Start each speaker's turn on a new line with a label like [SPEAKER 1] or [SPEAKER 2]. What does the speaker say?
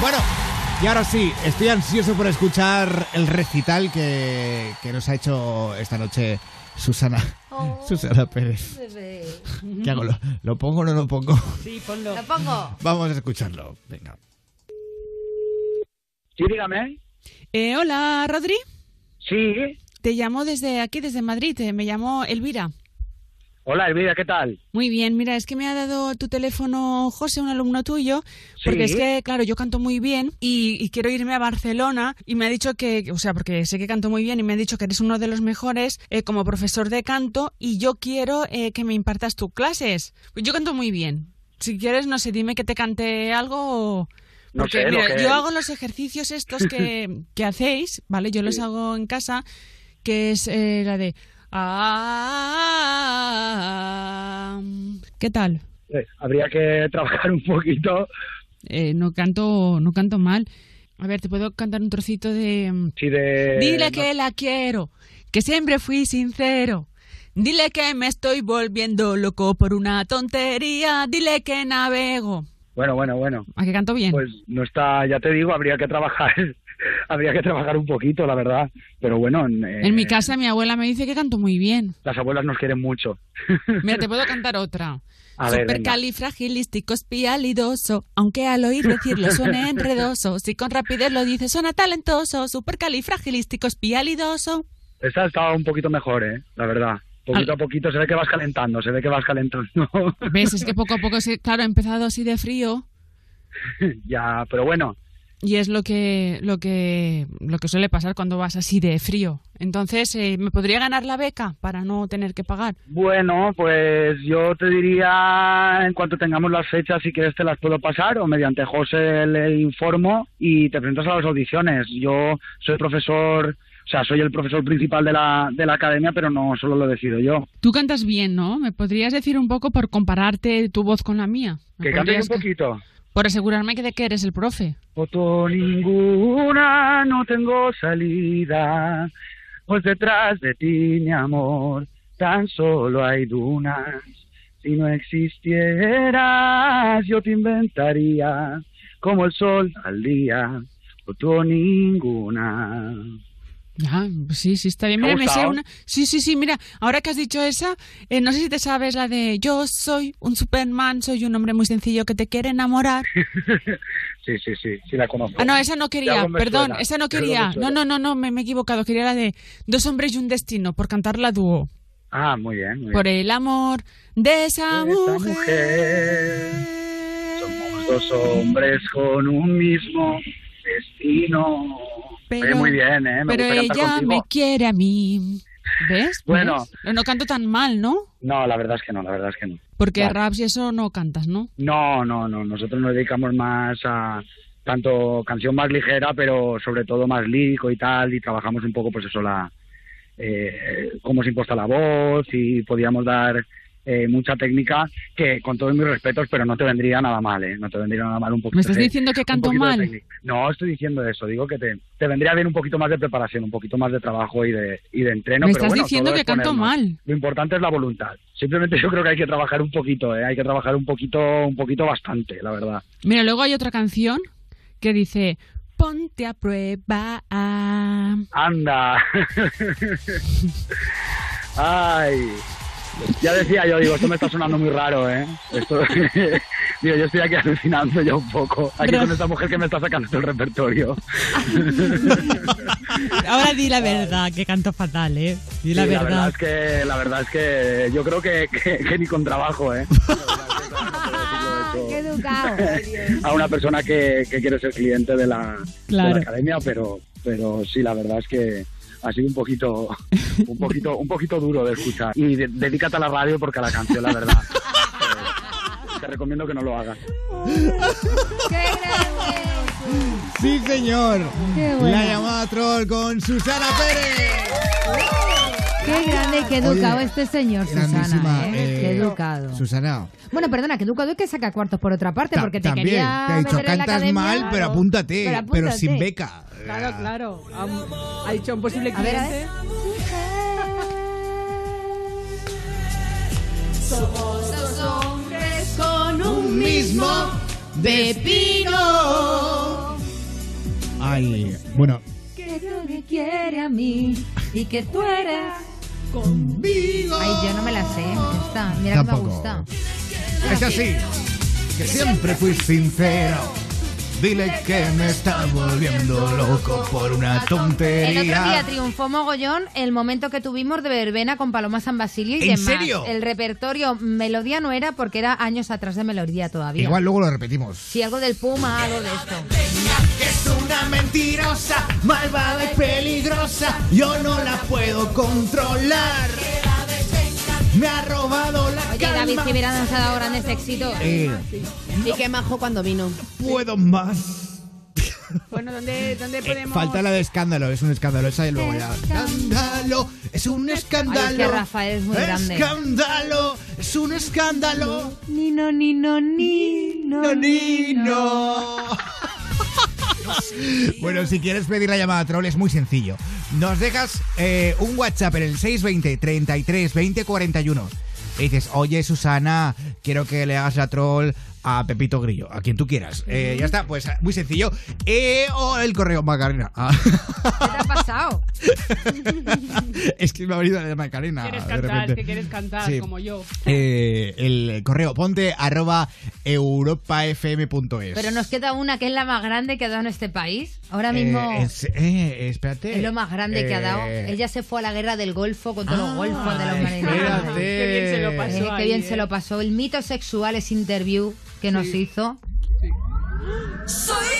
[SPEAKER 1] Bueno, y ahora sí, estoy ansioso por escuchar el recital que, que nos ha hecho esta noche Susana.
[SPEAKER 2] Oh.
[SPEAKER 1] Susana Pérez.
[SPEAKER 2] Bebé.
[SPEAKER 1] ¿Qué hago? ¿Lo, lo pongo o no lo pongo?
[SPEAKER 3] Sí, ponlo.
[SPEAKER 2] Lo pongo.
[SPEAKER 1] Vamos a escucharlo. Venga.
[SPEAKER 4] Sí, dígame.
[SPEAKER 5] Eh, hola, Rodri.
[SPEAKER 4] Sí.
[SPEAKER 5] Te llamo desde aquí, desde Madrid. Eh, me llamo Elvira.
[SPEAKER 4] Hola, Elvira, ¿qué tal?
[SPEAKER 5] Muy bien, mira, es que me ha dado tu teléfono José, un alumno tuyo, porque
[SPEAKER 4] Sí.
[SPEAKER 5] es que, claro, yo canto muy bien y, y quiero irme a Barcelona y me ha dicho que, o sea, porque sé que canto muy bien y me ha dicho que eres uno de los mejores eh, como profesor de canto y yo quiero eh, que me impartas tus clases. Pues Yo canto muy bien. Si quieres, no sé, dime que te cante algo o...
[SPEAKER 4] No
[SPEAKER 5] Porque,
[SPEAKER 4] sé, lo
[SPEAKER 5] Pues mira,
[SPEAKER 4] que-
[SPEAKER 5] yo hago los ejercicios estos que, que hacéis, ¿vale? Yo los hago en casa, que es eh, la de... "Ah, ¿Qué tal?
[SPEAKER 4] Eh, habría que trabajar un poquito.
[SPEAKER 5] Eh, no canto no canto mal. A ver, te puedo cantar un trocito de... mm,
[SPEAKER 4] Sí, de...
[SPEAKER 5] Dile
[SPEAKER 4] Eh, no-
[SPEAKER 5] que la quiero, que siempre fui sincero. Dile que me estoy volviendo loco por una tontería. Dile que navego.
[SPEAKER 4] Bueno, bueno, bueno.
[SPEAKER 5] ¿A que canto bien?
[SPEAKER 4] Pues no está, ya te digo, habría que trabajar. habría que trabajar un poquito, la verdad. Pero bueno, en, eh,
[SPEAKER 5] en mi casa mi abuela me dice que canto muy bien.
[SPEAKER 4] Las abuelas nos quieren mucho.
[SPEAKER 5] Mira, te puedo cantar otra.
[SPEAKER 4] A ver, venga.
[SPEAKER 5] Supercalifragilístico espialidoso, aunque al oír decirlo suene enredoso, si con rapidez lo dices suena talentoso, supercalifragilístico espialidoso.
[SPEAKER 4] Esta estaba un poquito mejor, ¿eh? La verdad. Poquito a poquito se ve que vas calentando, se ve que vas calentando.
[SPEAKER 5] ¿Ves? Es que poco a poco, es que, claro, he empezado así de frío
[SPEAKER 4] ya, pero bueno,
[SPEAKER 5] y es lo que, lo que, lo que suele pasar cuando vas así de frío. Entonces, eh, ¿me podría ganar la beca para no tener que pagar?
[SPEAKER 4] Bueno, pues yo te diría, en cuanto tengamos las fechas, si quieres te las puedo pasar o mediante José le informo y te presentas a las audiciones. Yo soy profesor, o sea, soy el profesor principal de la, de la academia, pero no solo lo decido yo.
[SPEAKER 5] Tú cantas bien, ¿no? ¿Me podrías decir un poco por compararte tu voz con la mía? ¿Me
[SPEAKER 4] Que cantes un
[SPEAKER 5] podrías ca-
[SPEAKER 4] poquito.
[SPEAKER 5] Por asegurarme que de que eres el profe.
[SPEAKER 4] Foto ninguna, no tengo salida, pues detrás de ti, mi amor, tan solo hay dunas. Si no existieras, yo te inventaría como el sol al día, foto ninguna.
[SPEAKER 5] Ah, sí, sí, está bien.
[SPEAKER 4] ¿Te ha
[SPEAKER 5] Mira, me sé
[SPEAKER 4] gustado?
[SPEAKER 5] una- Sí, sí, sí, mira, ahora que has dicho esa, eh, no sé si te sabes la de Yo soy un Superman, soy un hombre muy sencillo que te quiere enamorar.
[SPEAKER 4] Sí, sí, sí, sí la conozco.
[SPEAKER 5] Ah, no, esa no quería,
[SPEAKER 4] algo me
[SPEAKER 5] perdón,
[SPEAKER 4] suena,
[SPEAKER 5] esa no
[SPEAKER 4] de algo me
[SPEAKER 5] quería.
[SPEAKER 4] suena.
[SPEAKER 5] No, no, no, no, me, me he equivocado, quería la de Dos hombres y un destino, por cantarla dúo.
[SPEAKER 4] Ah, muy bien, muy bien.
[SPEAKER 5] Por el amor de esa,
[SPEAKER 4] De esa
[SPEAKER 5] mujer. e-
[SPEAKER 4] mujer. Somos dos hombres con un mismo destino.
[SPEAKER 5] Pero-
[SPEAKER 4] Oye, muy bien, ¿eh? Me
[SPEAKER 5] Pero
[SPEAKER 4] gusta cantar
[SPEAKER 5] ella me
[SPEAKER 4] contigo.
[SPEAKER 5] quiere a mí. ¿Ves?
[SPEAKER 4] Bueno.
[SPEAKER 5] ¿Ves? No, no canto tan mal, ¿no?
[SPEAKER 4] No, la verdad es que no, la verdad es que no.
[SPEAKER 5] Porque
[SPEAKER 4] Vale.
[SPEAKER 5] raps y eso no cantas, ¿no?
[SPEAKER 4] No, no, no. Nosotros nos dedicamos más a tanto canción más ligera, pero sobre todo más lírico y tal, y trabajamos un poco, pues eso, la eh, cómo se imposta la voz y podíamos dar eh, mucha técnica que, con todos mis respetos, pero no te vendría nada mal, ¿eh? No te vendría nada mal un poquito.
[SPEAKER 5] Me estás
[SPEAKER 4] de-
[SPEAKER 5] diciendo que
[SPEAKER 4] un
[SPEAKER 5] canto
[SPEAKER 4] poquito de
[SPEAKER 5] mal.
[SPEAKER 4] técnica. No, estoy diciendo eso. Digo que te, te vendría bien un poquito más de preparación, un poquito más de trabajo y de, y de entreno.
[SPEAKER 5] Me
[SPEAKER 4] pero
[SPEAKER 5] estás
[SPEAKER 4] bueno,
[SPEAKER 5] diciendo
[SPEAKER 4] todo
[SPEAKER 5] que
[SPEAKER 4] es
[SPEAKER 5] canto
[SPEAKER 4] ponernos.
[SPEAKER 5] mal.
[SPEAKER 4] Lo importante es la voluntad. Simplemente yo creo que hay que trabajar un poquito, ¿eh? hay que trabajar un poquito, un poquito bastante, la verdad.
[SPEAKER 5] Mira, luego hay otra canción que dice Ponte a prueba.
[SPEAKER 4] Anda. Ay. Ya decía yo, digo, esto me está sonando muy raro, ¿eh? Esto- digo, yo estoy aquí alucinando ya un poco. Aquí
[SPEAKER 5] Pero-
[SPEAKER 4] con esta mujer que me está sacando todo el repertorio.
[SPEAKER 3] Ahora di la verdad, que canto fatal, ¿eh? Di la
[SPEAKER 4] Sí,
[SPEAKER 3] verdad.
[SPEAKER 4] es que la verdad es que yo creo que, que- que ni con trabajo, ¿eh? La verdad es que todavía no puedo
[SPEAKER 2] Ah,
[SPEAKER 4] decirlo
[SPEAKER 2] qué
[SPEAKER 4] eso
[SPEAKER 2] educado.
[SPEAKER 4] A una persona que, que quiere ser cliente de la, de
[SPEAKER 3] Claro.
[SPEAKER 4] la academia, pero pero sí, la verdad es que ha sido un poquito un poquito un poquito duro de escuchar. Y de- dedícate a la radio porque a la canción, la verdad. eh, Te recomiendo que no lo hagas.
[SPEAKER 2] Qué grande.
[SPEAKER 1] Sí, señor.
[SPEAKER 2] Qué bueno.
[SPEAKER 1] La llamada troll con Susana Pérez.
[SPEAKER 2] Qué grande y qué educado
[SPEAKER 1] Oye,
[SPEAKER 2] este señor,
[SPEAKER 1] Grandísima.
[SPEAKER 2] Susana. ¿eh? Qué
[SPEAKER 1] eh,
[SPEAKER 2] educado.
[SPEAKER 1] Susana.
[SPEAKER 2] Bueno, perdona, que educado es que saca cuartos por otra parte,
[SPEAKER 1] ta-
[SPEAKER 2] porque te
[SPEAKER 1] también
[SPEAKER 2] quería.
[SPEAKER 1] te ha dicho
[SPEAKER 2] meter en la
[SPEAKER 1] cantas
[SPEAKER 2] academia".
[SPEAKER 1] mal, pero
[SPEAKER 2] Claro.
[SPEAKER 1] apúntate, pero,
[SPEAKER 2] apúntate.
[SPEAKER 1] sin beca.
[SPEAKER 3] Claro, claro. Ha, ha dicho un posible
[SPEAKER 2] A ver, a ver.
[SPEAKER 3] cliente.
[SPEAKER 1] Un mismo destino. Sí. Bueno,
[SPEAKER 2] Que tú me quiere a mí y que tú eres conmigo. Ay, yo no me la sé. Está, mira que me
[SPEAKER 1] Tampoco.
[SPEAKER 2] gusta.
[SPEAKER 1] es así. Que siempre fui sincero. Dile que me estás volviendo loco por una
[SPEAKER 2] El otro día
[SPEAKER 1] tontería.
[SPEAKER 2] triunfó mogollón el momento que tuvimos de verbena con Paloma San Basilio y
[SPEAKER 1] ¿En
[SPEAKER 2] demás.
[SPEAKER 1] serio?
[SPEAKER 2] El repertorio melodía no era porque era años atrás de melodía todavía.
[SPEAKER 1] Igual luego lo repetimos.
[SPEAKER 2] Sí, algo del Puma, algo de esto.
[SPEAKER 1] Es una mentirosa, malvada y peligrosa. Yo no la puedo controlar. Me ha robado la
[SPEAKER 2] Oye, David, que hubiera danzado ahora en este éxito.
[SPEAKER 1] Eh,
[SPEAKER 6] Y qué majo cuando vino.
[SPEAKER 1] puedo más.
[SPEAKER 5] Bueno, ¿dónde, dónde
[SPEAKER 1] Eh,
[SPEAKER 5] podemos...?
[SPEAKER 1] falta la de escándalo, es un escándalo esa y luego ya. Escándalo, es un escándalo.
[SPEAKER 2] Ay, es que Rafael es muy grande.
[SPEAKER 1] Escándalo, es un escándalo.
[SPEAKER 2] Nino, nino, nino.
[SPEAKER 1] No, ni, no. Bueno, si quieres pedir la llamada troll es muy sencillo. Nos dejas eh, un WhatsApp en el 620 33 20 41. Y dices, oye Susana, quiero que le hagas la troll a Pepito Grillo, a quien tú quieras. Eh, ya está, pues muy sencillo. Eh, o el correo Macarena. Ah.
[SPEAKER 2] ¿Qué te ha pasado?
[SPEAKER 1] es que me ha venido la de Macarena.
[SPEAKER 3] Quieres
[SPEAKER 1] de
[SPEAKER 3] cantar,
[SPEAKER 1] repente.
[SPEAKER 3] que quieres cantar,
[SPEAKER 1] Sí.
[SPEAKER 3] como yo.
[SPEAKER 1] Eh, el correo ponte arroba europafm.es.
[SPEAKER 2] Pero nos queda una que es la más grande que ha dado en este país. Ahora mismo
[SPEAKER 1] Eh, es- eh, espérate.
[SPEAKER 2] es lo más grande que ha dado.
[SPEAKER 1] Eh,
[SPEAKER 2] Ella se fue a la guerra del Golfo con todos los
[SPEAKER 1] ah,
[SPEAKER 2] golfos de la humanidad.
[SPEAKER 1] espérate.
[SPEAKER 3] Qué bien se lo pasó.
[SPEAKER 2] Eh, qué
[SPEAKER 3] ahí,
[SPEAKER 2] bien
[SPEAKER 3] eh.
[SPEAKER 2] se lo pasó. El mito sexual es interview que nos hizo.
[SPEAKER 7] Soy